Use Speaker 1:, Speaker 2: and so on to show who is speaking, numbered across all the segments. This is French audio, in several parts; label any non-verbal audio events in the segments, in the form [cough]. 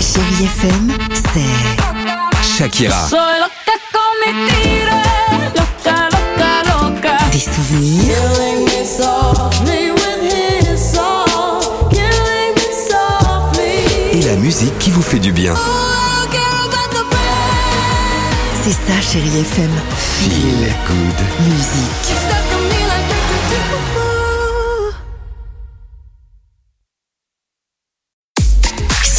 Speaker 1: Chérie FM, c'est
Speaker 2: Shakira,
Speaker 3: Soy loca con mi tira, loca, loca, loca.
Speaker 1: des souvenirs,
Speaker 3: Me with his song, killing me softly.
Speaker 2: et la musique qui vous fait du bien.
Speaker 3: Oh, quiero back the bed.
Speaker 1: c'est ça Chérie FM.
Speaker 2: Feel good.
Speaker 1: Musique.
Speaker 3: You're stuck on me like do, do, do, do.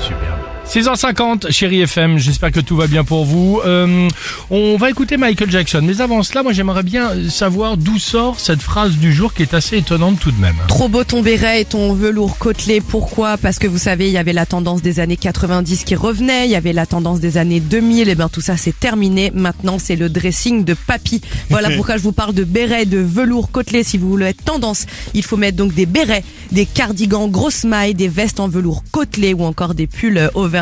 Speaker 4: Superbe. 6h50, chérie FM, j'espère que tout va bien pour vous. Euh, on va écouter Michael Jackson, mais avant cela, moi j'aimerais bien savoir d'où sort cette phrase du jour qui est assez étonnante tout de même.
Speaker 5: Trop beau ton béret et ton velours côtelé. Pourquoi Parce que vous savez, il y avait la tendance des années 90 qui revenait, il y avait la tendance des années 2000. Et bien ben, tout ça, c'est terminé. Maintenant, c'est le dressing de papy. Voilà pourquoi je vous parle de béret, de velours côtelé. Si vous voulez être tendance, il faut mettre donc des bérets, des cardigans grosses mailles, des vestes en velours côtelé ou encore des pulls euh, oversize.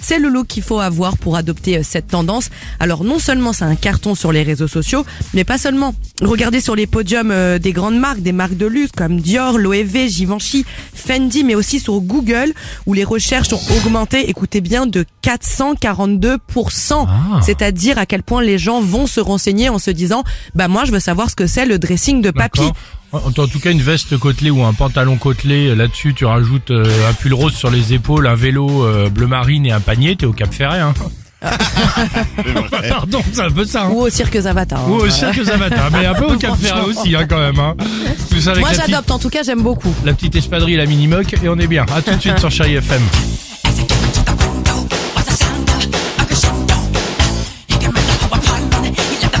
Speaker 5: C'est le look qu'il faut avoir pour adopter euh, cette tendance. Alors non seulement c'est un carton sur les réseaux sociaux, mais pas seulement. Regardez sur les podiums euh, des grandes marques, des marques de luxe comme Dior, l'OEV, Givenchy, Fendi, mais aussi sur Google où les recherches ont augmenté, écoutez bien, de 442%.
Speaker 4: Ah.
Speaker 5: C'est-à-dire à quel point les gens vont se renseigner en se disant, bah moi je veux savoir ce que c'est le dressing de papy.
Speaker 4: D'accord. En, en tout cas, une veste côtelée ou un pantalon côtelé, là-dessus tu rajoutes euh, un pull rose sur les épaules, un vélo euh, bleu marine et un panier, t'es au Cap Ferret. Hein. [laughs] Pardon, c'est un peu ça. Hein.
Speaker 5: Ou au cirque Avatar.
Speaker 4: Ou au cirque Zavata, mais un peu au Cap Ferret aussi hein, quand même. Hein. Tout ça avec
Speaker 5: Moi
Speaker 4: la petite-
Speaker 5: j'adopte, en tout cas j'aime beaucoup.
Speaker 4: la petite espadrille, la mini moque et on est bien. À tout de suite sur Chérie FM.
Speaker 6: on the carpet.